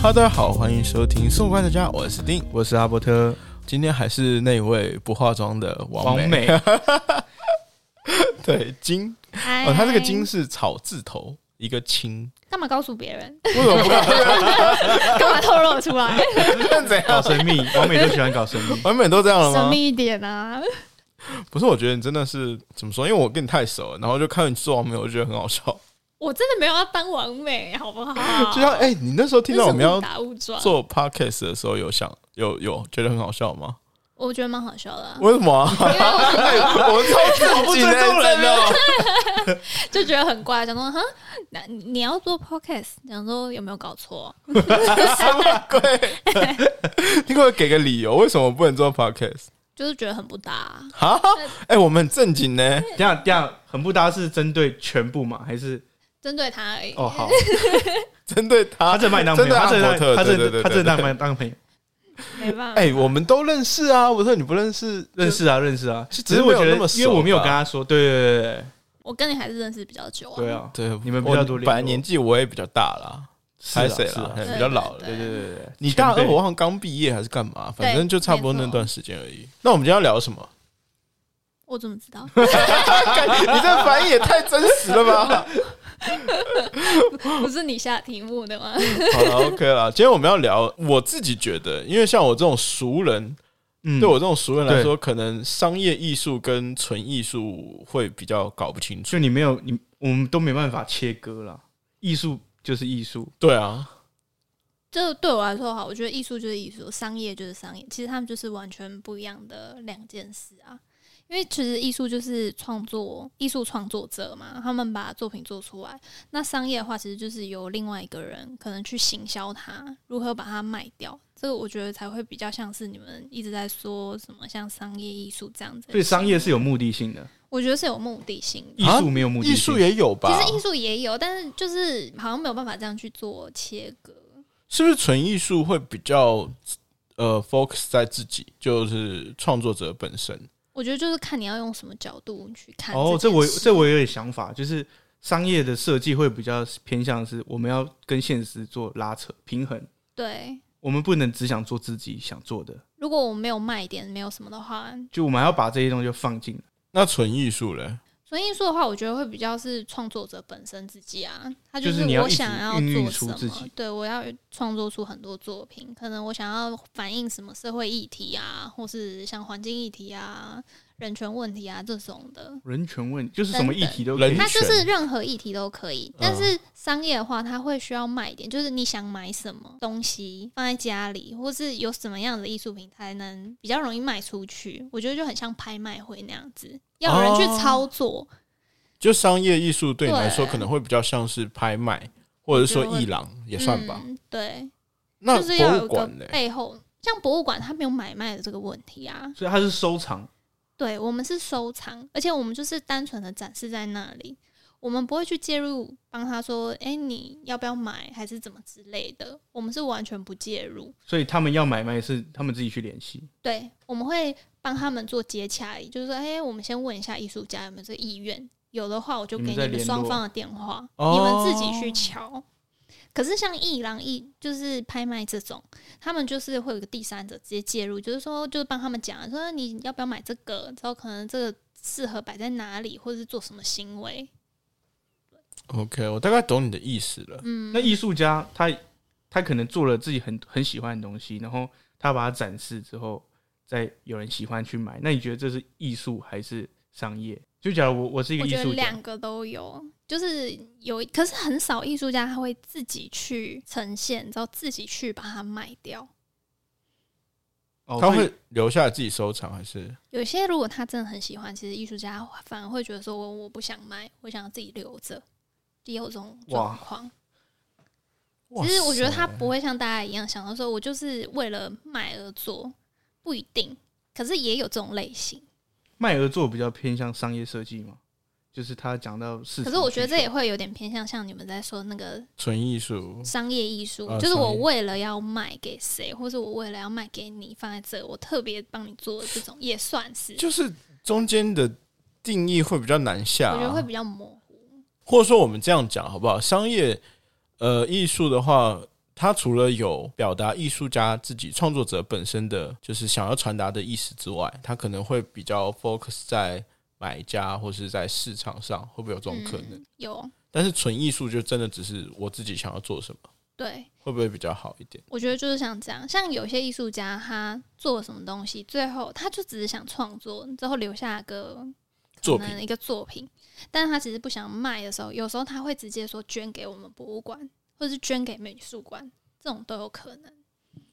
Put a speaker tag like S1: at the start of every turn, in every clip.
S1: 哈喽，大家好，欢迎收听《生活观察家》，我是丁，
S2: 我是阿伯特，
S1: 今天还是那位不化妆的王
S2: 王
S1: 美，
S2: 美，
S1: 对金
S3: 哎
S1: 哦，他这个金是草字头一个青，
S3: 干嘛告诉别人？
S1: 为什么不告诉
S3: 干嘛透露 出来？
S1: 人怎
S2: 搞
S1: 样？
S2: 神秘，王美就喜欢搞神秘。
S1: 完美都这样了
S3: 神
S1: 吗？
S3: 秘一点啊！
S1: 不是，我觉得你真的是怎么说？因为我跟你太熟了，然后就看你做完美，我就觉得很好 笑。
S3: 我真的没有要当完美，好不好？
S1: 就像哎、你那时候听到我们
S3: 这是
S1: 要
S3: 误打误撞，
S1: 做 podcast 的时候，有想有有觉得很好笑
S3: 嗯
S1: 吗？
S3: 我觉得蛮好笑的 啊、
S1: 为什么啊、 我们超自己的哦！
S3: 就觉得很怪，想说哈，那你要做 podcast，想说有没有搞错？
S1: 什么鬼？你给我给个理由，为什么不能做 podcast？
S3: 就是觉得很不搭、啊。
S1: 哈，哎、我们很正经呢。
S2: 这样这样很不搭，是针对全部吗？还是
S3: 针对他而已，
S2: 哦好，
S1: 针对他，
S2: 他真的把你当朋友，
S1: 啊针
S2: 他真
S1: 对阿伯
S2: 的
S1: 特
S2: 他
S1: 对
S2: 真
S1: 对对
S2: 的他真的
S1: 对
S2: 把你当朋友，
S3: 没办法。
S1: 哎、我们都认识啊，我说你不认识，
S2: 认
S1: 识
S2: 识啊认识啊，
S1: 是
S2: 只是我觉
S1: 只是没有
S2: 得
S1: 那么，熟
S2: 因为我没有
S1: 吧
S2: 跟他说，对对对
S3: 我跟你还是认识比较久啊。
S2: 对对啊，
S1: 对
S2: 你们比较多
S1: 我
S2: 联络
S1: 本来年纪我也比较大啦，
S2: 是啊
S1: 还谁
S2: 是
S1: 啦
S2: 啊，
S1: 嘿
S3: 是啊
S1: 比较老了。
S2: 对
S3: 对
S2: 对对，
S1: 你大二
S2: 前辈
S1: 我好像刚毕业还是干嘛，反正就差不多那段时间而已。那我们今天要聊什么？
S3: 我怎么 知道？
S1: 干你这反应也太真实了吧！
S3: 不是你下题目的吗？
S1: 好了，OK 了。今天我们要聊，我自己觉得，因为像我这种熟人，
S2: 嗯
S1: 对我这种熟人来说，可能商业艺术跟纯艺术会比较搞不清楚。
S2: 就你没有你，我们都没办法切割啦。艺术就是艺术，
S1: 对啊，
S3: 这对我来说好，我觉得艺术就是艺术，商业就是商业，其实他们就是完全不一样的两件事啊。因为其实艺术就是创作，艺术创作者嘛，他们把作品做出来。那商业的话，其实就是由另外一个人可能去行销它，如何把它卖掉。这个我觉得才会比较像是你们一直在说什么像商业艺术这样子。
S2: 所以商业是有目的性的，
S3: 我觉得是有目的性的。
S2: 艺
S1: 啊
S2: 术没有目的
S1: 艺
S2: 性。
S1: 术也有吧？
S3: 其实艺术也有，但是就是好像没有办法这样去做切割。
S1: 是不是纯艺术会比较呃 focus 在自己，就是创作者本身？
S3: 我觉得就是看你要用什么角度去看件事。
S2: 哦，这我这我有点想法，就是商业的设计会比较偏向是我们要跟现实做拉扯平衡，
S3: 对，
S2: 我们不能只想做自己想做的，
S3: 如果我没有卖点，没有什么的话，
S2: 就我们还要把这些东西就放进来。
S1: 那纯艺术嘞？
S3: 所以艺术的话，我觉得会比较是创作者本身自己啊，他
S2: 就是
S3: 是
S2: 你要
S3: 我
S2: 一直
S3: 想
S2: 孕育
S3: 做
S2: 出
S3: 什
S2: 自己
S3: 么，对我要创作出很多作品，可能我想要反映什么社会议题啊，或是像环境议题啊、人权问题啊这种的。
S2: 人权问就是什么议题都可
S1: 人
S2: 以
S1: 权
S3: 它就是任何议题都可以，但
S1: 嗯
S3: 是商业的话，它会需要卖点，就是你想买什么东西放在家里，或是有什么样的艺术品才能比较容易卖出去。我觉得就很像拍卖会那样子，要有人去
S1: 哦
S3: 操作。
S1: 就商业艺术对你来说
S3: 对
S1: 可能会比较像是拍卖，或者是
S3: 我觉
S1: 说
S3: 得会
S1: 艺廊也算吧。
S3: 嗯、对，
S1: 那
S3: 就是
S1: 博
S3: 要有
S1: 物
S3: 一个
S1: 馆嘞？
S3: 背后，像博物馆它没有买卖的这个问题啊。
S2: 所以它是收藏，
S3: 对我们是收藏，而且我们就是单纯的展示在那里，我们不会去介入帮他说，哎、你要不要买还是怎么之类的，我们是完全不介入。
S2: 所以他们要买卖是他们自己去联系。
S3: 对，我们会帮他们做接洽，就是说，哎、我们先问一下艺术家有没有这个意愿，有的话我就
S2: 你们
S3: 给你
S2: 再
S3: 们
S2: 联
S3: 双
S2: 络
S3: 方的电话，
S1: 哦
S3: 你们自己去瞧。可是像艺廊艺就是拍卖这种，他们就是会有一个第三者直接介入，就是说就是帮他们讲啊说你要不要买这个，之后可能这个适合摆在哪里，或者是做什么行为。
S1: OK，我大概懂你的意思了。
S3: 嗯，
S2: 那艺术家他他可能做了自己很很喜欢的东西，然后他把它展示之后，再有人喜欢去买。那你觉得这是艺术还是商业？就假如我我是一个
S3: 我
S2: 艺
S3: 觉得
S2: 术家，
S3: 两个都有，就是有，可是很少艺术家他会自己去呈现，然后自己去把它卖掉。
S2: 哦
S1: 他
S2: 所以
S1: 会留下来自己收藏，还是
S3: 有些如果他真的很喜欢，其实艺术家反而会觉得说我我不想卖，我想要自己留着，也有这种状况。其实我觉得他不会像大家一样想到说我就是为了卖而做，不一定。可是也有这种类型，
S2: 卖而做比较偏向商业设计嘛，就是他讲到市场需求。
S3: 可是我觉得这也会有点偏向像你们在说那个
S1: 纯艺术？
S3: 商业艺术，
S1: 啊
S3: 就
S1: 嗯
S3: 是
S1: 商业
S3: 我为了要卖给谁，或者我为了要卖给你，放在这，我特别帮你做这种也算是，
S1: 就是中间的定义会比较难下、啊，
S3: 我觉得会比较模糊。
S1: 或者说我们这样讲好不好？商业呃艺术的话，它除了有表达艺术家自己创作者本身的就是想要传达的意思之外，它可能会比较 focus 在买家或是在市场上，会不会有这种可能？
S3: 嗯有
S1: 但是纯艺术就真的只是我自己想要做什么，
S3: 对，
S1: 会不会比较好一点？
S3: 我觉得就是想这样，像有些艺术家他做什么东西，最后他就只是想创作，之后留下个
S1: 作
S3: 可
S1: 品
S3: 能一个作品，但是他其实不想卖的时候，有时候他会直接说捐给我们博物馆，或者是捐给美术馆，这种都有可能。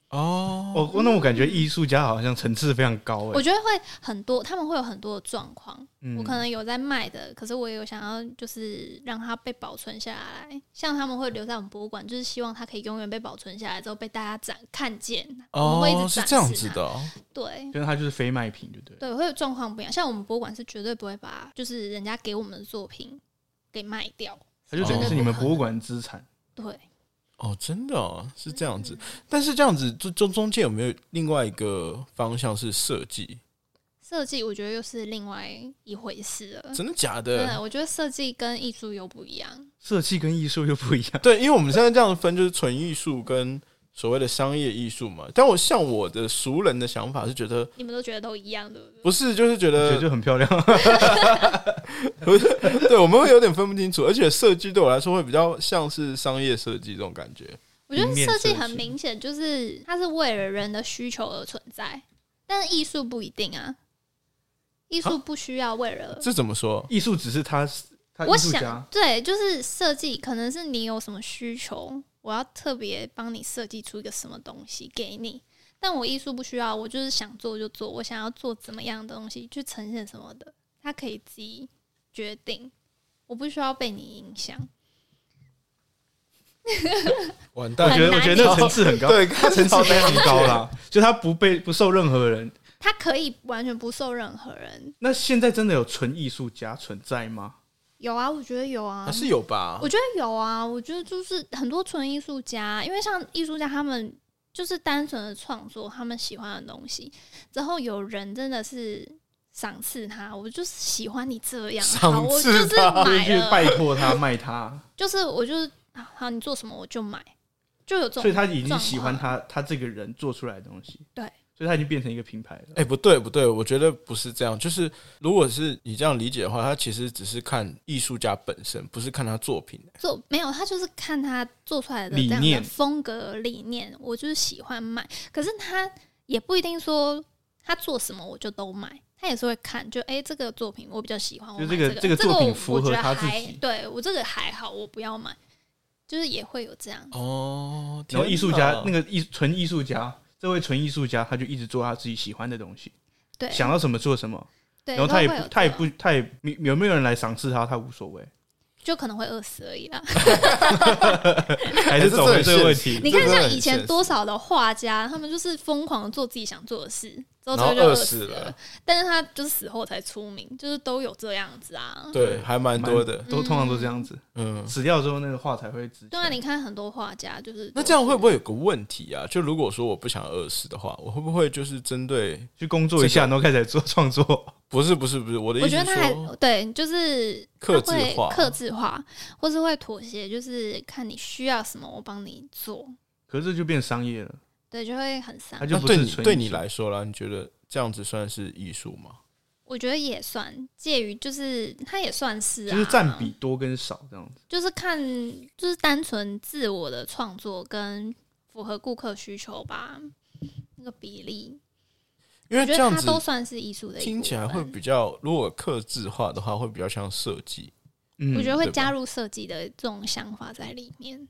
S1: 哦，
S2: 哦，那我感觉艺术家好像层次非常高
S3: 我
S2: 哎。
S3: 觉得会很多，他们会有很多的状况。
S2: 嗯
S3: 我可能有在卖的，可是我也有想要就是让它被保存下来，像他们会留在我们博物馆，就是希望它可以永远被保存下来，之后被大家展看见。啊我们会一
S1: 哦，是
S3: 直展
S1: 这样
S3: 示
S1: 子
S3: 它
S1: 的、哦，
S3: 对
S2: 就是他就是非卖品，对不对？
S3: 对，会有状况不一样。像我们博物馆是绝对不会把就是人家给我们的作品给卖掉。
S2: 他就等于
S1: 哦
S2: 是你们博物馆资产。
S3: 对，
S1: 哦，真的、哦、是这样子。但是这样子，这中中间有没有另外一个方向是设计？
S3: 设计我觉得又是另外一回事了。
S1: 真的假
S3: 真
S1: 的？
S3: 的，我觉得设计跟艺术又不一样。
S2: 设计跟艺术又不一 样，
S1: 对，因为我们现在这样分就是纯艺术跟所谓的商业艺术嘛。但我像我的熟人的想法是觉得
S3: 你们都觉得都一样，对不对？
S1: 不是，就是觉
S2: 我觉得
S1: 得
S2: 就很漂亮。
S1: 对，我们会有点分不清楚。而且设计对我来说会比较像是商业设计这种感觉。
S3: 我觉得
S2: 平面
S3: 设计
S2: 设
S3: 很
S2: 计
S3: 明显，就是它是为了人的需求而存在，但是艺术不一定啊。艺术不需要为了，
S1: 这怎么说？
S2: 艺术只是他，他
S3: 我
S2: 艺术
S3: 想
S2: 家
S3: 对，就是设计可能是你有什么需求，我要特别帮你设计出一个什么东西给你。但我艺术不需要，我就是想做就做，我想要做怎么样的东西去呈现什么的，它可以自己决定，我不需要被你影响。
S1: 完
S2: 我
S1: 蛋
S2: 觉得我觉得那个层次很高，
S1: 对，
S2: 他层次非常高啦，就他不被不受任何人。
S3: 它可以完全不受任何人。
S2: 那现在真的有纯艺术家存在吗？
S3: 有啊，我觉得有啊，
S1: 还是有吧
S3: 我？觉得有啊，我觉得就是很多纯艺术家，因为像艺术家他们就是单纯的创作他们喜欢的东西，之后有人真的是赏赐他，我就是喜欢你这样，
S1: 赏
S3: 好，我就
S1: 赐
S3: 是
S1: 他
S2: 就是
S3: 买
S2: 去拜
S3: 了，
S2: 托他卖他，
S3: 就是我就是啊好，你做什么我就买，就有这种，
S2: 所以他已经喜欢他他这个人做出来的东西。
S3: 对，
S2: 所以他已经变成一个品牌了。
S1: 哎、不对不对，我觉得不是这样。就是如果是你这样理解的话，他其实只是看艺术家本身，不是看他作品。
S3: 做没有，他就是看他做出来的
S2: 理
S3: 这样的
S2: 念
S3: 风格理念，我就是喜欢买。可是他也不一定说他做什么我就都买，他也是会看，就哎、这个作品我比较喜欢，我
S2: 就
S3: 买
S2: 这
S3: 这
S2: 个
S3: 个
S2: 这个作品
S3: 我
S2: 符
S3: 我
S2: 合
S3: 觉得
S2: 他自
S3: 还
S2: 己
S3: 对我这个还好，我不要买，就是也会有这样。
S1: 哦，
S2: 然后艺术家那
S1: 个
S2: 个艺纯艺术家，这位纯艺术家他就一直做他自己喜欢的东西，
S3: 对，
S2: 想到什么做什么。
S3: 对，
S2: 然后他也
S3: 都会有
S2: 不
S3: 这
S2: 他也
S3: 种
S2: 不他也有有没有人来赏识他，他无所 谓，
S3: 就可能会饿死而已啦。
S2: 嗯还是走回这个问题。
S3: 你看，
S1: 真的
S3: 像
S1: 很
S3: 以
S1: 现
S3: 前
S1: 实
S3: 多少的画家，他们就是疯狂的做自己想做的事，之后
S1: 然
S3: 最后
S1: 后
S3: 就
S1: 饿
S3: 饿
S1: 死
S3: 死
S1: 了
S3: 了。但是他就是死后才出名，就是都有这样子啊。
S1: 对还蛮多的，
S2: 都通常都这样子，
S1: 嗯。
S2: 死掉之后那个画才会值钱。
S3: 对啊，你看很多画家就是
S1: 那
S3: 都
S1: 这样
S3: 是
S1: 会不会有个问题啊？就如果说我不想饿死的话，我会不会就是针对？
S2: 去工作一下，然后开始做创作。
S1: 不是不是不是，我的意
S3: 我
S1: 思
S3: 觉得
S1: 是
S3: 他还
S1: 说，
S3: 对，就是
S1: 克
S3: 他
S1: 制
S3: 会
S1: 化
S3: 克制化，或是会妥协，就是看你需要什么，我帮你做，
S2: 可是这就变商业了，
S3: 对，啊就会很伤
S2: 他。就
S1: 那
S2: 不
S1: 对
S2: 是
S1: 你
S2: 纯
S1: 对
S2: 艺
S1: 你
S2: 术
S1: 来说啦，你觉得这样子算是艺术吗？
S3: 我觉得也算介于，就是他也算是、啊，
S2: 就是占比，多跟少这样子。
S3: 就是看就是单纯自我的创作跟符合顾客需求吧，那个比例，
S1: 因为
S3: 我觉
S1: 这
S3: 得
S1: 样
S3: 它
S1: 子
S3: 都算是艺术的一
S1: 听
S3: 部
S1: 起来会
S3: 分
S1: 比较，如果克制化的话，会比较像设计。
S2: 嗯
S3: 我觉得会
S1: 对吧
S3: 加入设计的这种想法在里面。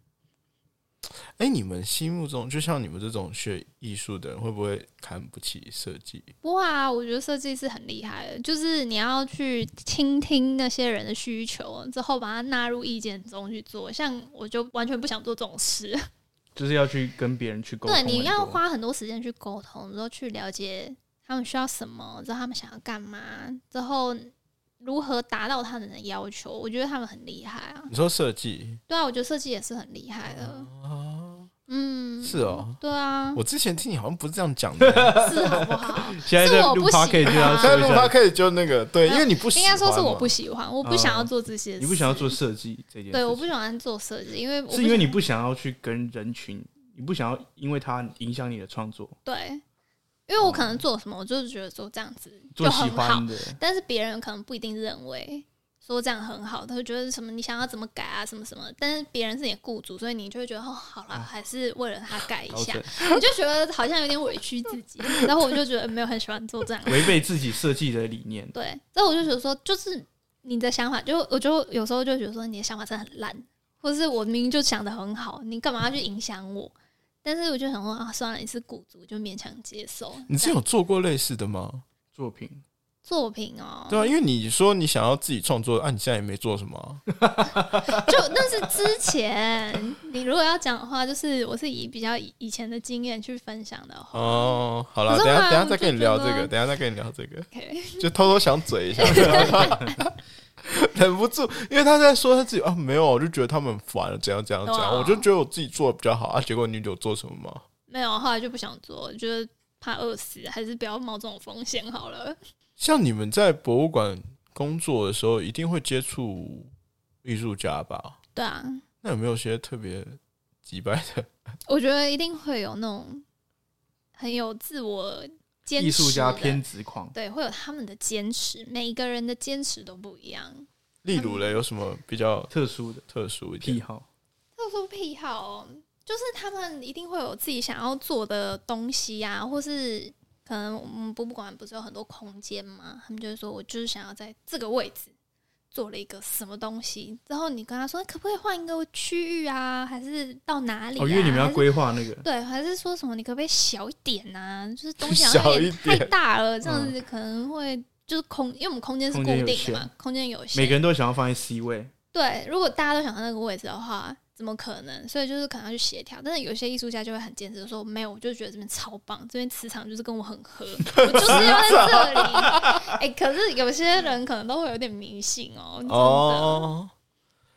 S1: 哎、你们心目中，就像你们这种学艺术的人，会不会看不起设计？
S3: 不会啊，我觉得设计是很厉害的，就是你要去倾听那些人的需求，之后把它纳入意见中去做。像我就完全不想做这种事，
S2: 就是要去跟别人去沟通
S3: 对，啊
S2: 很多。
S3: 你要花很多时间去沟通，然后去了解他们需要什么，知道他们想要干嘛，之后如何达到他们的要求。我觉得他们很厉害啊，
S1: 你说设计
S3: 对啊，我觉得设计也是很厉害的，
S1: 啊？
S3: 嗯，
S1: 是哦
S3: 对啊，
S1: 我之前听你好像不是这样讲 的，
S3: 是好不好？
S2: 现在在
S3: 是我
S2: 录
S3: 不喜
S2: p o
S3: 欢啊
S2: c k e t 就要
S1: 在
S2: 说
S1: 录他
S2: 一下，
S1: 可以就那个对，因为你不喜
S3: 嗯 应
S1: 欢
S3: 该说是我
S1: 嘛
S3: 不喜欢，我不想要做这些事，
S2: 你不想要做设计这件事，
S3: 对，我不喜欢做设计，因为我
S2: 是因为
S3: 想
S2: 你不想要去跟人群你不想要因为它影响你的创作，
S3: 对，因为我可能做什么，我就是觉得说这样子
S2: 做
S3: 就
S2: 喜
S3: 很好
S2: 欢，的，
S3: 但是别人可能不一定认为说这样很好，他会觉得什么你想要怎么改啊，什么什么。但是别人是你的雇主，所以你就会觉得哦，好啦，还是为了他改一
S2: 调
S3: 下
S2: 整，
S3: 你就觉得好像有点委屈自己。然后我就觉得没有很喜欢做这样的事
S2: 违背自己设计的理念。
S3: 对，所以我就觉得说，就是你的想法，就我就有时候就觉得说，你的想法真的很烂，或者是我明明就想的很好，你干嘛要去影响我？但是我就想说啊，算了，你是鼓足，就勉强接受。
S1: 你之
S3: 这
S1: 前
S3: 样
S1: 有做过类似的吗？
S2: 作 品
S3: 作品哦、
S1: 对啊，因为你说你想要自己创作，啊，你现在也没做什么啊、啊
S3: 就但是之前你如果要讲的话，就是我是以比较以以前的经验去分享的话、
S1: 哦，好了，
S3: 可
S1: 等
S3: 是
S1: 一
S3: 后
S1: 下
S3: 来
S1: 等一下
S3: 我
S1: 再
S3: 就
S1: 跟你聊
S3: 觉
S1: 这
S3: 得
S1: 个，等一下再跟你聊这个，
S3: o k
S1: 就偷偷想嘴一下， 忍不住，因为他在说他自己啊，没有，我就觉得他们很烦，怎样怎样怎样，
S3: 对啊
S1: 我就觉得我自己做的比较好啊，结果你有做什么吗？
S3: 没有，后来就不想做，觉得怕饿死，还是不要冒这种风险好了。
S1: 像你们在博物馆工作的时候，一定会接触艺术家吧？
S3: 对啊，
S1: 那有没有些特别击败的？
S3: 我觉得一定会有那种很有自我坚持
S2: 艺术家
S3: 的
S2: 偏执狂，
S3: 对，会有他们的坚持，每一个人的坚持都不一样。
S1: 例如
S3: 嗯
S1: 嘞，有什么比较
S2: 特殊的
S1: 特殊一
S2: 癖
S1: 点？
S2: 好，
S3: 特殊癖好、哦，就是他们一定会有自己想要做的东西呀、或是可能我们博物馆不是有很多空间嘛，他们就是说我就是想要在这个位置做了一个什么东西，之后你跟他说哎可不可以换一个区域啊，还是到哪里、啊
S2: 哦，因为你们
S3: 还
S2: 要
S3: 是
S2: 规划 那个，
S3: 对，还是说什么你可不可以小一点啊？就是东西好
S1: 小
S3: 像有
S1: 一
S3: 点太
S1: 点嗯
S3: 大了，这样子可能会就是空，因为我们空间是
S2: 空
S3: 固
S2: 间有
S3: 定的
S2: 限
S3: 嘛，空间有限。
S2: 每个人都想要放在 C 位，
S3: 对，如果大家都想到那个位置的话，怎么可能？所以就是可能要去协调。但是有些艺术家就会很坚持地说，没有，我就觉得这边超棒，这边磁场就是跟我很 合，我就是要在这里。 哎、可是有些人可能都会有点迷信哦，真的，
S1: 哦，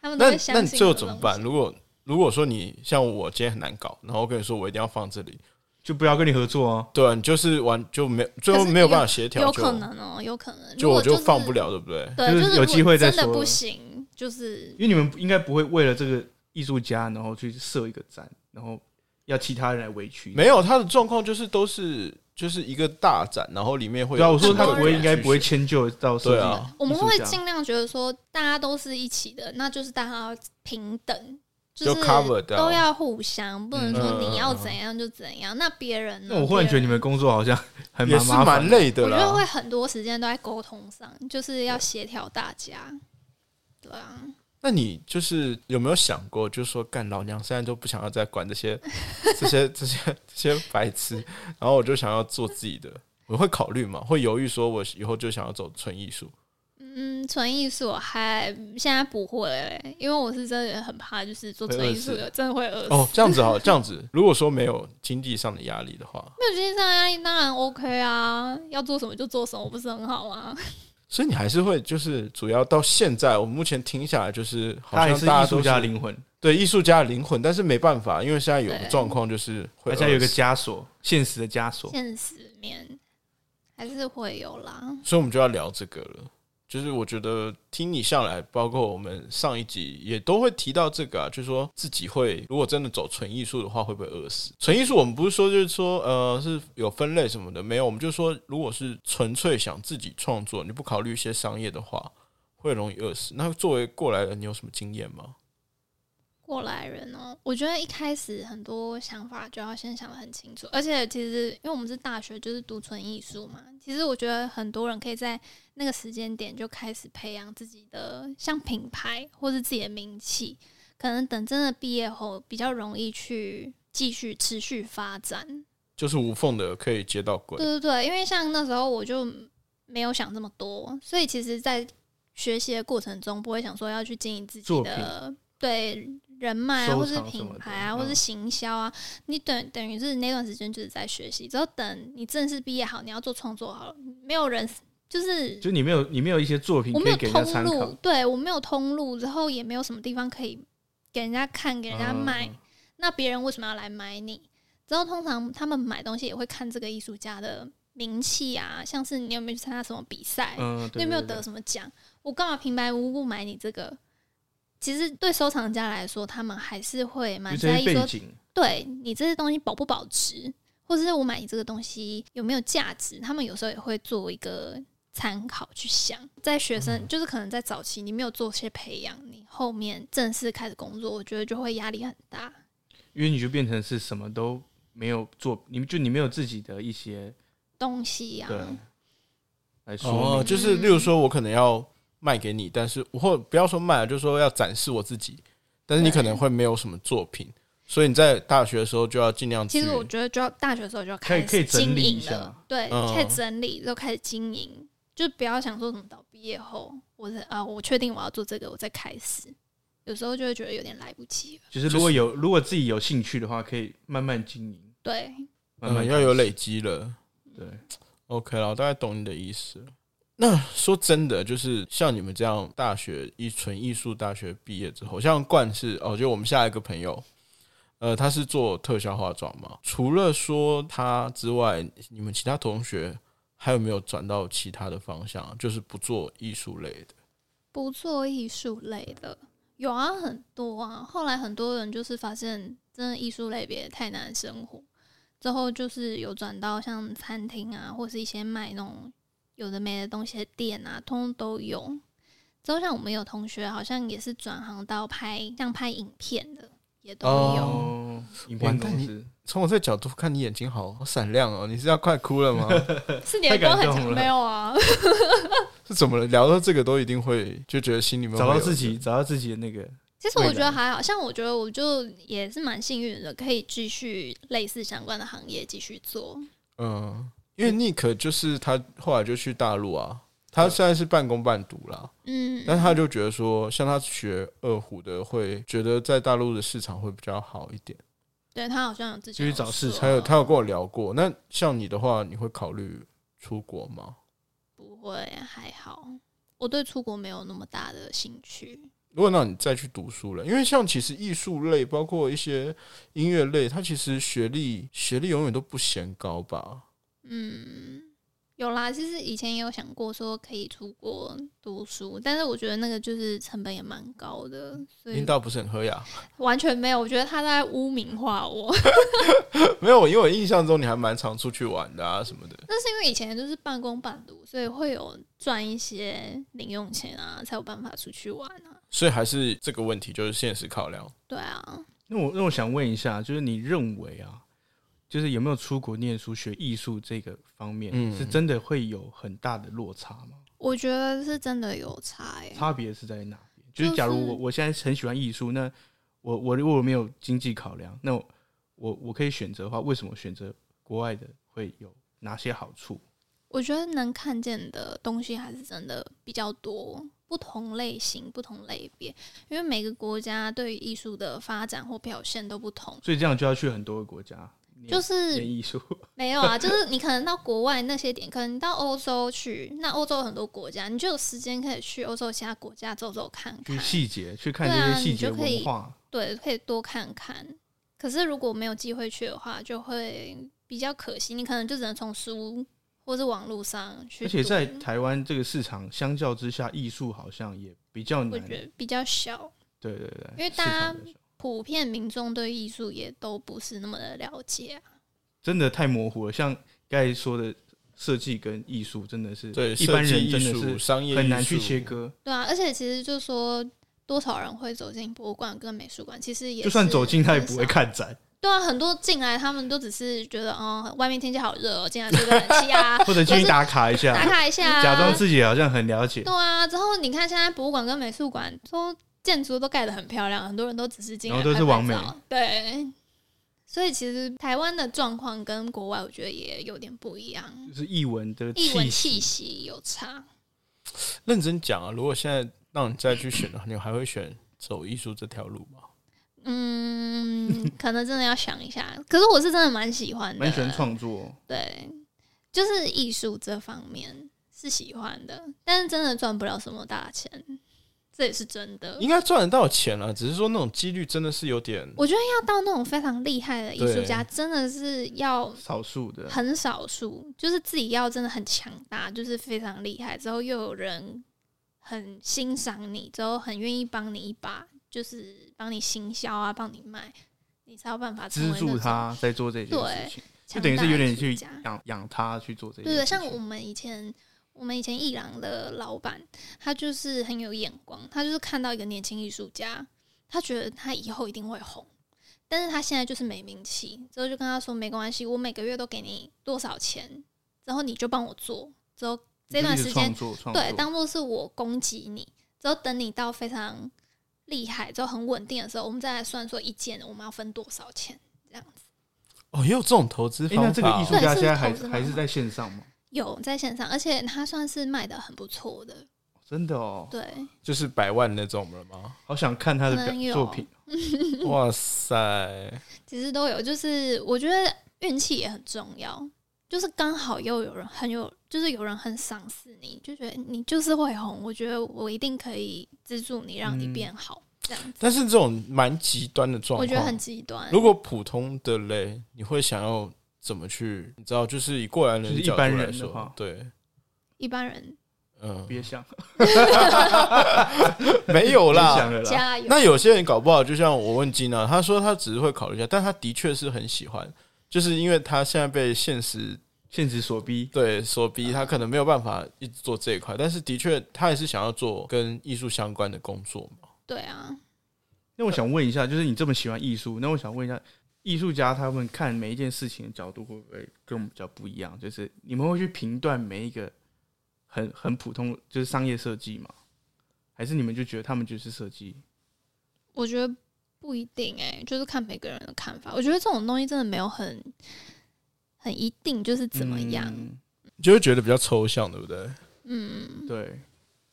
S3: 他们都
S1: 那
S3: 会相信。
S1: 那你最后怎么办？？如果如果说你像我今天很难搞，然后我跟你说我一定要放这里，
S2: 就不要跟你合作哦。
S1: 对啊，你就是完就没最后
S3: 可是
S1: 没有办法协调，
S3: 有
S1: 就
S3: 可能哦，有可能。
S1: 就我
S3: 如果
S1: 就是放不了，对不对？
S3: 对，
S2: 就是
S3: 是
S2: 有
S3: 如
S2: 机
S3: 果
S2: 会再
S3: 真的
S2: 说
S3: 不
S2: 了
S3: 行，就是
S2: 因为你们应该不会为了这个艺术家，然后去设一个展，然后要其他人来委屈。
S1: 没有他的状况就是都是就是一个大展，然后里面会
S2: 对啊，我说他
S1: 很
S2: 不
S1: 多
S2: 会，
S1: 人
S2: 应该
S1: 去
S2: 不会
S1: 选
S2: 迁就到设
S1: 对
S2: 计。
S1: 啊
S3: 我们会尽量觉得说大家都是一起的，那就是大家要平等，
S1: 就是 cover 啊掉
S3: 都要互相，不能说
S1: 嗯
S3: 你要怎样就怎样。那别人呢？
S2: 那我忽然觉得你们工作 好像很
S1: 也
S2: 蛮
S1: 是
S2: 麻烦
S1: 蛮
S2: 的，
S1: 累的
S3: 别人，我觉得
S1: 啦。
S3: 会很多时间都在沟通上，就是要协调大家。对啊，
S1: 那你就是有没有想过，就是说干老娘现在都不想要再管这 些这些这些这些白痴，然后我就想要做自己的。我会考虑嘛，会犹豫说，我以后就想要走纯艺术。
S3: 嗯，纯艺术我还现在不会、欸因为我是真的很怕，就是做
S2: 会
S3: 纯
S2: 饿
S3: 艺术
S2: 死
S3: 的真的会饿死。
S1: 哦，这样子 好，这样子，如果说没有经济上的压力的话，
S3: 没有经济上压力当然 OK 啊，要做什么就做什么，不是很好吗？
S1: 所以你还是会就是主要到现在，我目前听下来就是好
S2: 他还
S1: 像
S2: 是
S1: 大
S2: 艺
S1: 家都
S2: 术家的灵魂，
S1: 对艺术家的灵魂，但是没办法，因为现在有个
S3: 对
S1: 状况就是会
S2: 而且还有一个
S1: 饿死
S2: 枷锁，现实的枷锁。
S3: 现实面还是会有啦。
S1: 所以我们就要聊这个了。就是我觉得听你下来，包括我们上一集也都会提到这个啊，就是说自己会如果真的走纯艺术的话，会不会饿死？纯艺术我们不是说就是说呃是有分类什么的，没有，我们就说如果是纯粹想自己创作，你不考虑一些商业的话，会容易饿死。那作为过来人，你有什么经验吗？
S3: 过来人哦、我觉得一开始很多想法就要先想得很清楚，而且其实因为我们是大学，就是读纯艺术嘛，其实我觉得很多人可以在那个时间点就开始培养自己的像品牌或是自己的名气，可能等真的毕业后比较容易去继续持续发展。
S1: 就是无缝的可以接到轨，
S3: 对对对，因为像那时候我就没有想这么多，所以其实，在学习的过程中，不会想说要去经营自己
S2: 作品
S3: 的对人脉啊，
S2: 收
S3: 或是
S2: 藏什么
S3: 品
S2: 的
S3: 牌啊，
S2: 嗯
S3: 或是行销啊。你等等于是那段时间就是在学习，只要等你正式毕业好，你要做创作好了，没有人就是
S2: 就你没有你没有一些作品
S3: 我
S2: 可
S3: 没
S2: 以
S3: 有
S2: 给人家
S3: 通
S2: 参
S3: 路
S2: 考，，
S3: 对我没有通路，然后也没有什么地方可以给人家看，给人家卖。
S2: 嗯
S3: 那别人为什么要来买你？之后通常他们买东西也会看这个艺术家的名气啊，像是你有没有去参加什么比赛，
S2: 嗯，
S3: 你
S2: 对，
S3: 哎有没有
S2: 对
S3: 得？什么奖，我干嘛平白无故买你这个？其实对收藏家来说，他们还是会
S2: 对
S3: 蛮
S2: 就这
S3: 在
S2: 些
S3: 意说
S2: 背，景，
S3: 对你这些东西保不保值，或者是我买你这个东西有没有价值，他们有时候也会做一个参考去想。在学生、
S2: 嗯
S3: 就是可能在早期你没有做些培养，你后面正式开始工作，我觉得就会压力很大。
S2: 因为你就变成是什么都没有做，你就你没有自己的一些
S3: 东西呀、
S2: 对来说明，
S1: 哦，就是
S3: 嗯
S1: 例如说，我可能要卖给你，但是或不要说卖，啊就是说要展示我自己，但是你
S3: 对
S1: 可能会没有什么作品，所以你在大学的时候就要尽量去。
S3: 其实我觉得，就要大学的时候就要
S2: 可以
S3: 开
S2: 可以
S3: 始
S2: 整
S3: 经
S2: 理一
S3: 营
S2: 下
S3: 了，对，
S1: 嗯
S3: 开始整理，就开始经营，就不要想说什么到毕业后，我是啊，我确定我要做这个，我再开始。有时候就会觉得有点来不及了，
S2: 就是如果有如果自己有兴趣的话，可以慢慢经营，
S3: 对，
S2: 慢慢
S1: 嗯
S2: 开始、
S1: 要有累积了。
S2: 对。
S1: OK 了，我大概懂你的意思了。那说真的，就是像你们这样大学一纯艺术大学毕业之后，像冠是哦，就我们下一个朋友，呃，他是做特效化妆嘛。除了说他之外，你们其他同学还有没有转到其他的方向，啊就是不做艺术类的？
S3: 不做艺术类的有啊，很多啊。后来很多人就是发现，真的艺术类别太难生活，之后就是有转到像餐厅啊，或是一些卖那种有的没的东西的店啊，通通都有。之后像我们有同学好像也是转行到拍像拍影片的，也都有。
S2: 哦，影片公司
S1: 从我这角度看，你眼睛好好闪亮哦！你是要快哭了吗？
S3: 是你的
S2: 太感
S3: 光很
S2: 动
S3: 强，
S2: 了
S3: 没有啊？
S1: 是怎么了？聊到这个都一定会就觉得心里面会
S2: 找到
S1: 有
S2: 自己，找到自己的那个，
S3: 其实我
S2: 未来
S3: 觉得还好像，我觉得我就也是蛮幸运的，可以继续类似相关的行业继续做。
S1: 嗯，因为 Nick 就是他后来就去大陆啊，他现在是半工半读啦，
S3: 嗯，
S1: 但他就觉得说，像他学二胡的，会觉得在大陆的市场会比较好一点。
S3: 对他好像有自己
S2: 继续找市场
S1: 他
S3: 哦
S1: 有他有跟我聊过，那像你的话，你会考虑出国吗？
S3: 不会还好，我对出国没有那么大的兴趣。
S1: 如果让你再去读书了，因为像其实艺术类，包括一些音乐类，它其实学历学历永远都不嫌高吧？
S3: 嗯，有啦，其实以前也有想过说可以出国读书，但是我觉得那个就是成本也蛮高的，所
S1: 领
S3: 以
S1: 导不是很喝呀？
S3: 完全没有。我觉得他在污名化我，
S1: 没有，因为我印象中你还蛮常出去玩的啊什么的。
S3: 那是因为以前就是半工半读，所以会有赚一些零用钱啊，才有办法出去玩啊。
S1: 所以还是这个问题，就是现实考量。
S3: 对啊，
S2: 那我那我想问一下，就是你认为啊，就是有没有出国念书学艺术这个方面，
S1: 嗯
S2: 是真的会有很大的落差吗？
S3: 我觉得是真的有差欸
S2: 差别是在哪边？就
S3: 就是
S2: 是假如我我现在很喜欢艺术，那我我如果没有经济考量，那我我我可以选择的话，为什么选择国外的会有哪些好处？
S3: 我觉得能看见的东西还是真的比较多，不同类型、不同类别，因为每个国家对于艺术的发展或表现都不同。
S2: 所以这样就要去很多个国家，念
S3: 就是
S2: 念艺术，
S3: 没有啊，就是你可能到国外那些点，可能到欧洲去，那欧洲有很多国家，你就有时间可以去欧洲其他国家走走看
S2: 去
S3: 看，
S2: 细节，去看
S3: 对啊
S2: 这些细节
S3: 你就可以
S2: 文化。
S3: 对，可以多看看。可是如果没有机会去的话，就会比较可惜，你可能就只能从书或是网络上去读，
S2: 而且在台湾这个市场相较之下，艺术好像也比较
S3: 我
S2: 难。
S3: 觉得比较小。
S2: 对对对，
S3: 因为
S2: 市
S3: 大家
S2: 场比较小
S3: 普遍民众对艺术也都不是那么的了解、啊。
S2: 真的太模糊了，像刚才说的设计跟艺术，真的是
S1: 对，
S2: 一般
S1: 设
S2: 人
S1: 计
S2: 真
S1: 艺术
S2: 的
S1: 商业
S2: 是
S1: 艺
S2: 很难去
S1: 术
S2: 切割。
S3: 对啊，而且其实就说多少人会走进博物馆跟美术馆，其实也
S2: 就算走进，他也不
S3: 是
S2: 会
S3: 很少。
S2: 看 展，，
S3: 对啊，很多进来他们都只是觉得，哦，外面天气好热、哦，进来吹个冷气啊
S2: 或者进
S3: 或
S2: 去
S3: 是
S2: 打卡一下，
S3: 打卡一下、啊，
S2: 假装自己好像很了解
S3: 对。啊，之后你看现在博物馆跟美术馆都建筑都盖得很漂亮，很多人都只是进来
S2: 然后都是
S3: 拍拍
S2: 网美
S3: 照对。所以其实台湾的状况跟国外，我觉得也有点不一样，
S2: 就是译文的
S3: 译文
S2: 气息，
S3: 气息有差。
S1: 认真讲啊，如果现在让你再去选的话，你还会选走艺术这条路吗？
S3: 嗯，可能真的要想一下。可是我是真的蛮喜欢的，
S2: 蛮喜欢创作。
S3: 对，就是艺术这方面是喜欢的，但是真的赚不了什么大钱，这也是真的。
S1: 应该赚得到钱了，只是说那种几率真的是有点。
S3: 我觉得要到那种非常厉害的艺术家，真的是要
S2: 少数的，
S3: 很少数，就是自己要真的很强大，就是非常厉害，之后又有人很欣赏你，之后很愿意帮你一把，就是帮你行销啊，帮你卖，你才有办法成
S2: 资
S3: 为那
S2: 助
S3: 种
S2: 他在做这件
S3: 对
S2: 事情，就
S3: 强
S2: 等于
S3: 大
S2: 是有
S3: 的
S2: 点
S3: 艺术
S2: 去
S3: 家
S2: 养养他去做这件
S3: 对
S2: 事
S3: 对，
S2: 情。
S3: 像我们以前，我们以前艺廊的老板，他就是很有眼光，他就是看到一个年轻艺术家，他觉得他以后一定会红，但是他现在就是没名气，之后就跟他说没关系，我每个月都给你多少钱，之后你就帮我做，之后这
S2: 你就
S3: 段
S2: 一直
S3: 时
S2: 创
S3: 间
S2: 作创
S3: 对
S2: 作
S3: 当做是我供给你，之后等你到非常厉害之后很稳定的时候，我们再来算说一件我们要分多少钱这样子。
S1: 哦，也有这种投资
S2: 诶
S1: 方法哦。
S2: 那这个艺术家
S3: 对是
S2: 现在还
S3: 投资方
S2: 还是
S3: 法
S2: 在线上吗？
S3: 有在线上，而且他算是卖的很不错的，
S2: 真的哦，
S3: 对。
S1: 就是百万那种了吗？
S2: 好想看他的
S3: 可能
S2: 表
S3: 有
S2: 作品。
S1: 哇塞！
S3: 其实都有，就是我觉得运气也很重要，就是刚好又有人很有，就是有人很赏识你，就觉得你就是会红，我觉得我一定可以资助你，让你变好，这样子，
S1: 但是这种蛮极端嗯的状况，
S3: 我觉得很极端。
S1: 如果普通的嘞，你会想要怎么去？你知道，就是以过来人
S2: 就是
S1: 的
S2: 一
S1: 角度
S2: 般人
S1: 来
S2: 的
S1: 说
S2: 话，
S1: 对，
S3: 一般人
S1: 嗯，
S2: 别 想，
S1: 没有
S2: 别想
S1: 啦。
S2: 了啦。
S3: 加油，
S1: 那有些人搞不好，就像我问金娜，他说他只是会考虑一下，但他的确是很喜欢，就是因为他现在被现实
S2: 现实所逼，
S1: 对所逼，他可能没有办法一直做这一块，但是的确他也是想要做跟艺术相关的工作嘛。
S3: 对啊，
S2: 那我想问一下，就是你这么喜欢艺术，那我想问一下，艺术家他们看每一件事情的角度会不会跟我们比较不一样？就是你们会去评断每一个很很普通，就是商业设计吗？还是你们就觉得他们就是设计？
S3: 我觉得不一定哎、就是看每个人的看法。我觉得这种东西真的没有很很一定，就是怎么样，
S2: 嗯
S1: 你就会觉得比较抽象，对不对？
S3: 嗯，
S2: 对，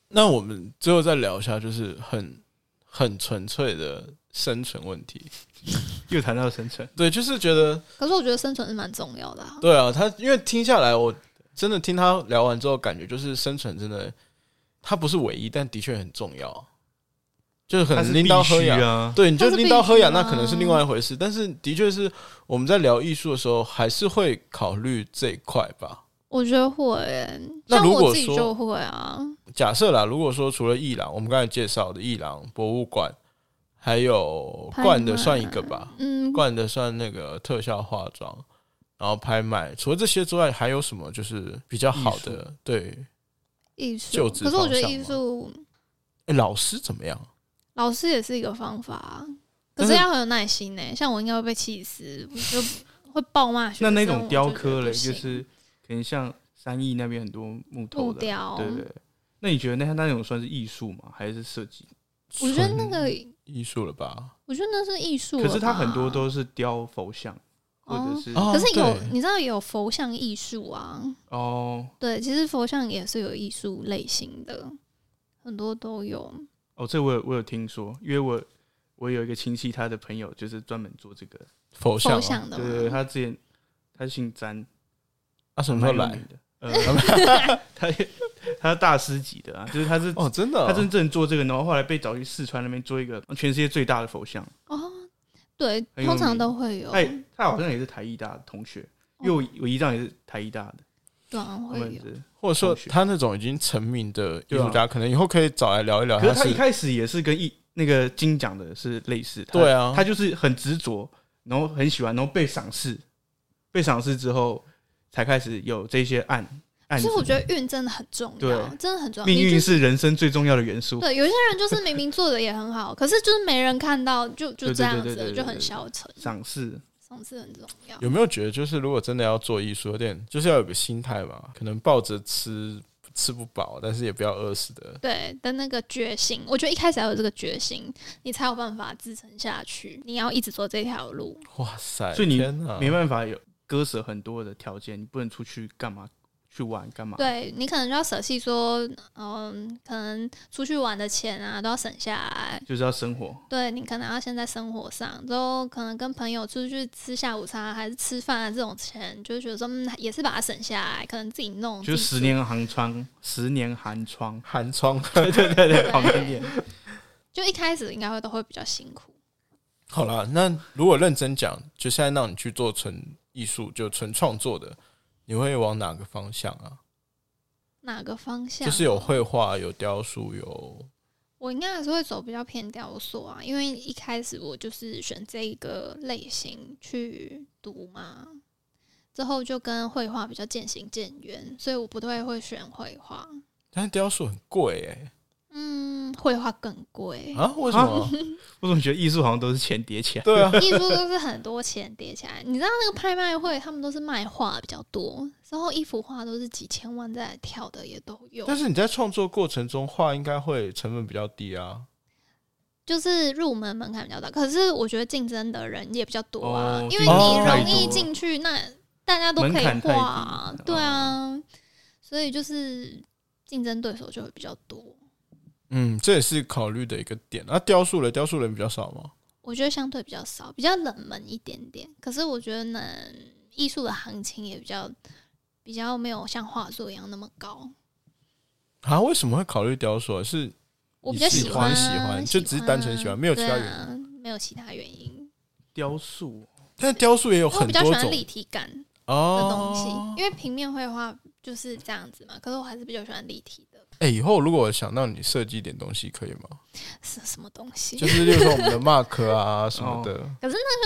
S1: 那我们最后再聊一下，就是很很纯粹的生存问题。
S2: 又谈到生成，
S1: 对，就是觉得
S3: 可是我觉得生存是蛮重要的、啊，
S1: 对啊，他因为听下来，我真的听他聊完之后，感觉就是生存真的，它不是唯一，但的确很重要，就是
S2: 他
S1: 很
S2: 是
S1: 拎刀喝
S2: 必须
S1: 氧。
S2: 啊。
S1: 对，你就
S3: 它是
S1: 拎刀喝氧，
S3: 必须
S1: 那
S3: 啊
S1: 可能是另外一回事。但是的确是我们在聊艺术的时候，还是会考虑这一块吧。
S3: 我觉得会、欸，
S1: 那
S3: 像
S1: 如果
S3: 我自己
S1: 说
S3: 就会啊。
S1: 假设啦，如果说除了艺廊，我们刚才介绍的艺廊、博物馆，还有
S3: 拍
S1: 冠的
S3: 卖
S1: 算一个吧，
S3: 嗯，
S1: 冠的算那个特效化妆，然后拍卖。除了这些之外，还有什么就是比较好
S2: 艺
S1: 的？对，
S3: 艺
S1: 就
S3: 术，
S1: 职
S3: 可是我觉得
S1: 方向
S3: 艺
S1: 吗
S3: 术
S1: 诶老师怎么样？
S3: 老师也是一个方法啊，可
S1: 但
S3: 是
S1: 是
S3: 要很有耐心呢、欸像我应该会被气死，我 就会暴骂
S2: 那
S3: 学生。
S2: 那种雕
S3: 我就觉得
S2: 刻
S3: 不
S2: 嘞，就
S3: 行
S2: 是可能像三义那边很多木头
S3: 木
S2: 的，
S3: 雕，
S2: 对对对。那你觉得那那种算是艺术吗？还是设计？
S3: 我觉得那个
S1: 纯，艺术了吧？
S3: 我觉得那是艺术了吧。
S2: 可是它很多都是雕佛像，或者
S3: 哦，
S2: 是
S1: 哦
S3: 可是有
S1: 对
S3: 你知道有佛像艺术啊？
S2: 哦
S3: 对，其实佛像也是有艺术类型的，很多都有。
S2: 哦，这我有我有听说，因为我我有一个亲戚，他的朋友就是专门做这个，
S1: 佛像
S3: 佛
S1: 啊，
S3: 像的
S2: 对对对，
S3: 嘛，
S2: 他之前他姓詹，
S1: 他啊什么时候
S2: 蛮有
S1: 来
S2: 名？的，呃， 他也他是大师级的啊，就是他是
S1: 哦，真的哦，
S2: 他真正做这个，然后后来被找去四川那边做一个全世界最大的佛像，
S3: 哦，对，
S2: 很有
S3: 通
S2: 名
S3: 常
S2: 哎
S3: 都会有哦
S2: 他，也他好像也是台艺大的同学，因为我我姨丈也是台艺大的，
S3: 对啊，
S2: 他
S3: 会
S2: 们
S3: 有。
S2: 是，
S1: 或者说
S2: 同学
S1: 他那种已经成名的艺术家，可能以后可以找来聊一聊。
S2: 可是他
S1: 是
S2: 一开始也是跟一那个金奖的是类似，他
S1: 对啊
S2: 他就是很执着，然后很喜欢，然后被赏识，被赏识之后才开始有这些案案
S3: 其
S2: 子
S3: 实。我觉得运真的很重要，
S2: 对
S3: 真的很重要。
S2: 命
S3: 你
S2: 运
S3: 就是
S2: 人生最重要的元素。
S3: 对，有些人就是明明做的也很好，可是就是没人看到，就
S2: 对
S3: 就
S2: 对
S3: 这样
S2: 对对对
S3: 子，
S2: 对
S3: 就很消沉。
S2: 赏识，
S3: 上次很重要，
S1: 有没有觉得，就是如果真的要做艺术，有点就是要有个心态吧？可能抱着吃吃不饱，但是也不要饿死的。
S3: 对的那个决心，我觉得一开始要有这个决心，你才有办法支撑下去。你要一直走这条路，
S1: 哇塞！
S2: 所以你
S1: 天哪，
S2: 没办法有割舍很多的条件，你不能出去干嘛，去玩干嘛？
S3: 对你可能就要舍弃说，嗯，可能出去玩的钱啊都要省下来。
S2: 就是要生活。
S3: 对你可能要先在生活上，之后可能跟朋友出去吃下午茶还是吃饭啊这种钱，就觉得说嗯也是把它省下来，可能自己弄。
S2: 就是
S3: 自己
S2: 十
S3: 煮
S2: 年寒窗，十年寒窗
S1: 寒窗，
S2: 对对对对，好难念。
S3: 就一开始应该会都会比较辛苦。
S1: 好啦，那如果认真讲，就现在让你去做纯艺术，就纯创作的，你会往哪个方向啊？
S3: 哪个方向？
S1: 就是有绘画、有雕塑、有
S3: 我应该还是会走比较偏雕塑啊，因为一开始我就是选这一个类型去读嘛，之后就跟绘画比较渐行渐远，所以我不太会选绘画。
S1: 但是雕塑很贵哎、
S3: 嗯，绘画更贵，
S1: 啊？为什么？
S2: 我总觉得艺术好像都是钱叠起来。
S1: 对啊，
S3: 艺术都是很多钱叠起来。你知道那个拍卖会，他们都是卖画比较多，然后一幅画都是几千万在跳的也都有。
S1: 但是你在创作过程中画应该会成本比较低啊。
S3: 就是入门门槛比较大，可是我觉得竞争的人也比较多啊，
S2: 哦
S3: 因
S1: 竞
S3: 为你
S1: 争太
S3: 容易
S2: 多了
S3: 进去，那大家都可
S2: 门
S3: 以
S2: 槛太
S3: 画啊
S2: 低，哦
S3: 对啊，所以就是竞争对手就会比较多。
S1: 嗯，这也是考虑的一个点。那、雕塑嘞，雕塑人比较少吗？
S3: 我觉得相对比较少，比较冷门一点点。可是我觉得呢，艺术的行情也比较比较没有像画作一样那么高。
S1: 啊，为什么会考虑雕塑啊？是
S3: 我
S1: 你
S3: 比较
S1: 喜
S3: 喜
S1: 欢
S3: 欢
S1: 喜欢就只是单纯喜欢没有其他原因
S3: 因、对啊没有其他原因。
S2: 雕塑
S1: 但是雕塑也有
S3: 我
S1: 很
S3: 比较喜
S1: 多
S3: 欢
S1: 种
S3: 立体感，的
S1: 哦
S3: 东西，因为平面绘画就是这样子嘛。可是我还是比较喜欢立体的，
S1: 哎、以后如果我想让你设计一点东西，可以 吗？
S3: 是什么东西？
S1: 就
S3: 就是
S1: 例如说我们的 mark 啊什么的，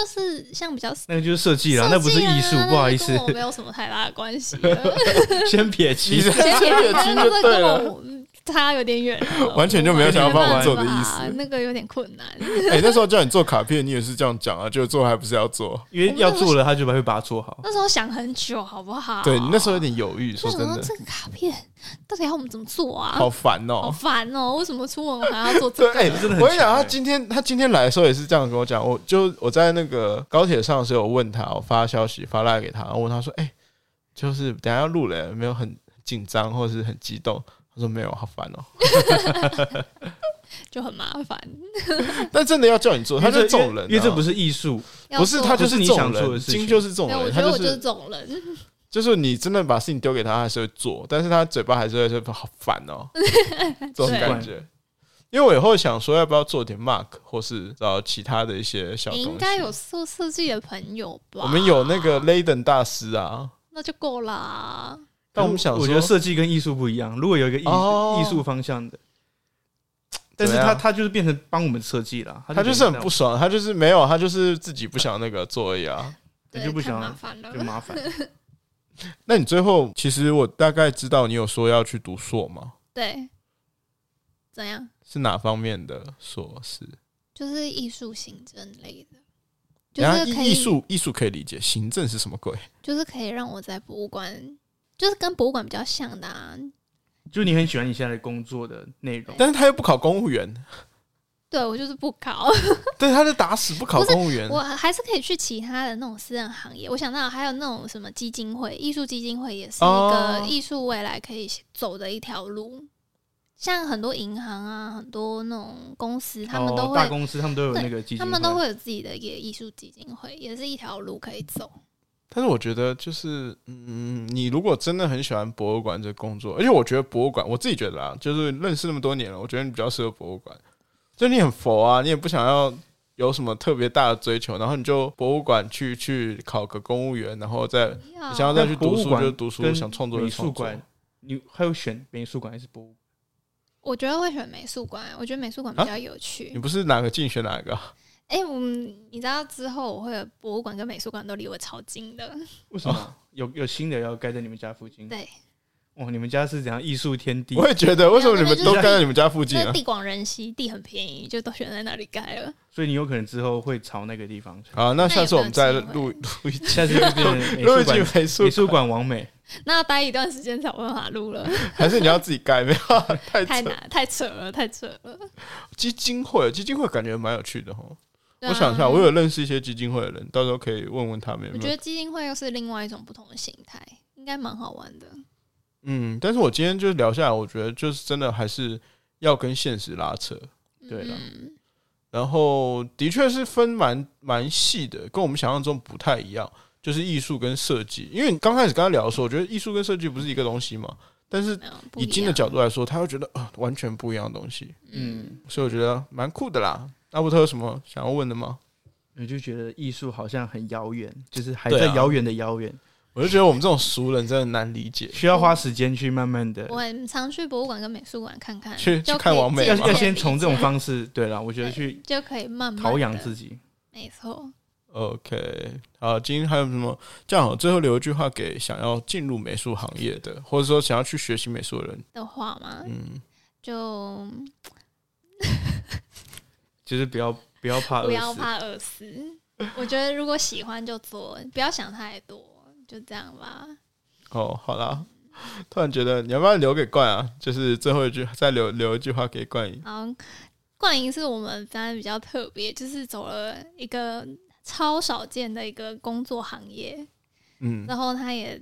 S3: 是像比较设
S2: 那个就是设计
S3: 计
S2: 啦
S3: 啊，，
S2: 那不是艺术
S3: 那，就
S2: 不好意思
S3: 跟，我没有什么太大的 关系了。
S2: 先撇清
S1: 其。实
S3: 而且
S1: 也听就对了。
S3: 我嗯差有点远 了，
S1: 完全就没有想要帮我做的意思
S3: 没办法那个有点困难。
S1: 哎、那时候叫你做卡片，你也是这样讲啊，就做还不是要做？
S2: 因为要做了，他就把会把它做 好。
S3: 那时候想很久，好不好？
S1: 对你那时候有点犹豫，
S3: 就
S1: 说
S3: 想
S1: 真
S3: 到
S1: 的，
S3: 这个卡片到底要我们怎么做啊？
S1: 好烦哦、
S3: 好烦哦！为什么出门我还要做这
S1: 对，哎、
S3: 个？
S2: 真的很
S1: 我跟你讲，
S2: 强
S1: 他
S2: 欸
S1: 今天他今天来的时候也是这样跟我讲，我就我在那个高铁上的时候，我问他，我发消息发赖给他，我问他说，哎、就是等一下要录了，没有很紧张或是很激动。他说没有，好烦哦、
S3: 就很麻烦。
S1: 但真的要叫你做，他就是这种人、啊
S2: 啊因为这不是艺术，
S1: 不是
S3: 要做
S1: 他，就是
S2: 是你
S1: 这种
S2: 想做
S1: 人，
S2: 的事情
S1: 金就是这种
S3: 没有，我
S1: 人，
S3: 觉
S1: 他
S3: 得我
S1: 就
S3: 就是
S1: 是
S3: 这种人。
S1: 就是你真的把事情丢给他，他还是会做，但是他嘴巴还是会说好烦哦、 这种感觉。因为我以后想说要不要做点 mark 或是找其他的一些小东
S3: 你
S1: 西，
S3: 应该有做设计的朋友吧？
S1: 我们有那个 Layden 大师啊，
S3: 那就够啦。
S1: 但我们想说
S2: 我觉得设计跟艺术不一样。如果有一个艺
S1: 哦
S2: 艺术方向的，但是
S1: 对啊
S2: 他他就是变成帮我们设计了，
S1: 他就是很
S2: 等于
S1: 不爽，他就是没有，他就是自己不想那个做而已啊。
S2: 那
S3: 对，
S2: 就不
S3: 太
S2: 想
S3: 麻烦了
S2: 就。麻烦。
S1: 那你最后其实我大概知道你有说要去读硕吗？
S3: 对，怎样？
S1: 是哪方面的硕士？
S3: 就是艺术行政类的，就
S1: 然后
S3: 是可
S1: 艺
S3: 以，
S1: 艺术艺术可以理解，行政是什么鬼？
S3: 就是可以让我在博物馆，就是跟博物馆比较像的、啊。
S2: 就是你很喜欢你现在的工作的内容，
S1: 但是他又不考公务员，
S3: 对我就是不考，
S1: 对，他就打死不考
S3: 不是
S1: 公务员
S3: 我。还是可以去其他的那种私人行业。我想到还有那种什么基金会，艺术基金会也是一
S1: 哦
S3: 个艺术未来可以走的一条路。像很多银行啊，很多那种公司，他们
S2: 哦
S3: 都会
S2: 大公司他们都有那个基金会，
S3: 他们都会有自己的一个艺术基金会，也是一条路可以走。
S1: 但是我觉得就是，嗯，你如果真的很喜欢博物馆这工作，而且我觉得博物馆，我自己觉得啊，就是认识那么多年了，我觉得你比较适合博物馆。就你很佛啊，你也不想要有什么特别大的追求，然后你就博物馆去去考个公务员，然后再
S3: 啊
S1: 你想要再去读书就读书，
S2: 跟
S1: 想创作就
S2: 美
S1: 创
S2: 术
S1: 作。
S2: 馆，你还有选美术馆还是博物
S3: 我觉得会选美术馆，我觉得美术馆比较有趣
S1: 你。不是哪个竞选 哪个啊？
S3: 哎、我们你知道之后我会有博物馆跟美术馆都离我超近的，
S2: 为什
S1: 哦
S2: 么有有新的要盖在你们家附近？
S3: 对，
S2: 哦，你们家是怎样艺术天地
S1: 我？也觉得，为什么你们都盖在你们家附近
S3: 那
S1: 啊？
S3: 地广人稀，地很便宜，就都选在那里盖了。
S2: 所以你有可能之后会朝那个地方去。
S1: 好，那下次我们再
S3: 那有没有
S1: 录录一集
S2: 下次就变成 美
S1: 录一
S2: 术
S1: 集
S2: 馆，
S1: 美术
S2: 美，术馆完美。
S3: 那要待一段时间才有办法录了，
S1: 还是你要自己盖？没有，啊 太
S3: 太
S1: 扯
S3: 难，太扯了，太扯了。
S1: 基金会，基金会感觉蛮有趣的哈。
S3: 对啊
S1: 我想一下，我有认识一些基金会的人，到时候可以问问他们有
S3: 我
S1: 没
S3: 觉
S1: 有。
S3: 得基金会又是另外一种不同的形态，应该蛮好玩的。
S1: 嗯，但是我今天就聊下来，我觉得就是真的还是要跟现实拉扯。
S2: 对啦
S3: 嗯，
S1: 然后的确是分蛮蛮细的，跟我们想象中不太一样，就是艺术跟设计。因为你刚开始跟他聊的时候，我觉得艺术跟设计不是一个东西嘛，但是
S3: 没有不
S1: 以
S3: 一
S1: 金的
S3: 样。
S1: 角度来说，他会觉得啊、完全不一样的东西，
S2: 嗯，
S1: 所以我觉得呃蛮酷的啦。阿伯特有什么想要问的吗？
S2: 我就觉得艺术好像很遥远，就是还
S1: 对
S2: 在
S1: 啊
S2: 遥远的遥远。
S1: 我就觉得我们这种俗人真的难理解。
S2: 需要花时间去慢慢的，
S3: 我很常去博物馆跟美术馆看看，
S1: 去
S3: 就
S1: 去看
S3: 可以
S1: 王美
S2: 要
S3: 渐
S1: 嘛
S3: 渐
S2: 要先从这种
S3: 理解
S2: 方式，对啦，我觉得去
S3: 就可以慢慢
S2: 陶养
S3: 地
S2: 自己。
S3: 没错，
S1: OK，好，今天还有什么？这样好，最后留一句话给想要进入美术行业的，或者说想要去学习美术的人。
S3: 的话嘛，
S1: 嗯，
S3: 就
S2: 就是不要不要怕
S3: 不
S2: 饿
S3: 要
S2: 死，
S3: 怕饿死。我觉得如果喜欢就做，不要想太多，就这样吧。
S1: 哦，好啦，突然觉得你要不要留给冠啊？就是最后一句，再留留一句话给冠莹。
S3: 然后冠莹是我们班比较特别，就是走了一个超少见的一个工作行业，
S1: 嗯，
S3: 然后他也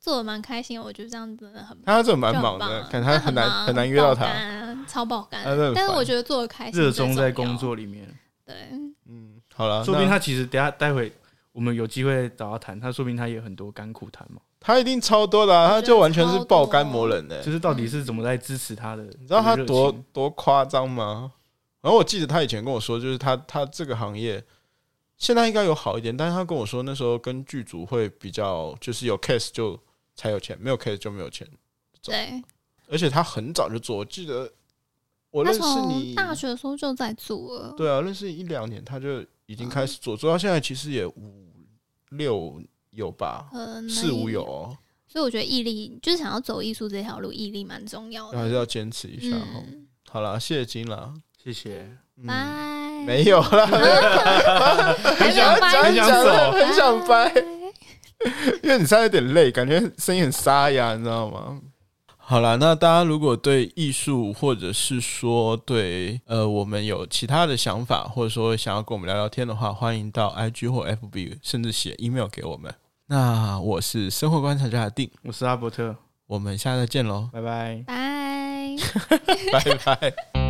S3: 做的蛮开心的，我觉得这样真的很。
S1: 他这蛮
S3: 就很
S1: 忙
S3: 棒
S1: 的
S3: 啊，
S1: 感觉他
S3: 真的
S1: 很难
S3: 忙
S1: 很难约到
S3: 爆
S1: 他。
S3: 肝超爆肝
S1: 他真的很。
S3: 但是
S1: 烦
S3: 我觉得做的开心，
S2: 热衷在工，作里面。
S3: 对，
S1: 嗯，好了，
S2: 说不定
S1: 那
S2: 他其实等下待会我们有机会找他谈，他说不定他也有很多甘苦谈嘛，
S1: 他一定超多的啊、
S3: 我
S1: 他
S3: 觉
S1: 就
S3: 得
S1: 完全是
S3: 超
S1: 爆
S3: 多
S1: 肝魔人的欸、
S2: 就是到底是怎么在支持他的？
S1: 你
S2: 你
S1: 知道他多多夸张吗？然后我记得他以前跟我说，就是他他这个行业现在应该有好一点，但是他跟我说那时候跟剧组会比较，就是有 case 就才有钱，没有 case 就没有钱。
S3: 对，
S1: 而且他很早就做，我记得我
S3: 他
S1: 认识
S3: 从
S1: 你，
S3: 大学的时候就在做了，
S1: 对啊，认识你一两年他就已经开始做，做到现在其实也五六有吧，
S3: 可能
S1: 四五有、哦，
S3: 所以我觉得毅力就是想要走艺术这条路，毅力蛮重要
S1: 还是
S3: 的。
S1: 要坚持一下哦。
S3: 嗯，
S1: 好啦，谢金啦，
S2: 谢谢，
S1: 嗯，
S3: 拜。
S1: 没 有啦。
S3: 还没有
S1: 想
S3: 拜
S1: 讲
S2: 很想走
S1: 很想掰
S3: 拜
S1: 因为你现在有点累，感觉声音很沙哑，你知道吗？好啦，那大家如果对艺术，或者是说对呃我们有其他的想法，或者说想要跟我们聊聊天的话，欢迎到 IG 或 FB，甚至写 email 给我们。那我是生活观察家的定，
S2: 我是阿伯特，
S1: 我们下次再见喽，
S2: 拜拜。
S3: 拜。
S1: 拜拜。